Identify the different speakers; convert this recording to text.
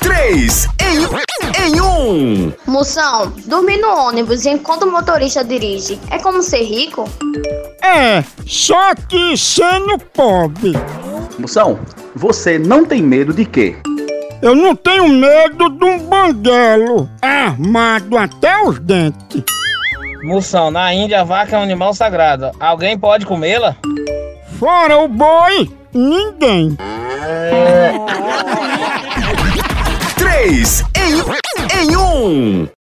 Speaker 1: Três em, em um.
Speaker 2: Moção, dormir no ônibus enquanto o motorista dirige é como ser rico?
Speaker 3: É, só que sendo pobre.
Speaker 4: Moção, você não tem medo de quê?
Speaker 3: Eu não tenho medo de um banguelo armado até os dentes.
Speaker 5: Moção, na Índia a vaca é um animal sagrado. Alguém pode comê-la?
Speaker 3: Fora o boi, ninguém.
Speaker 1: Três em, em um.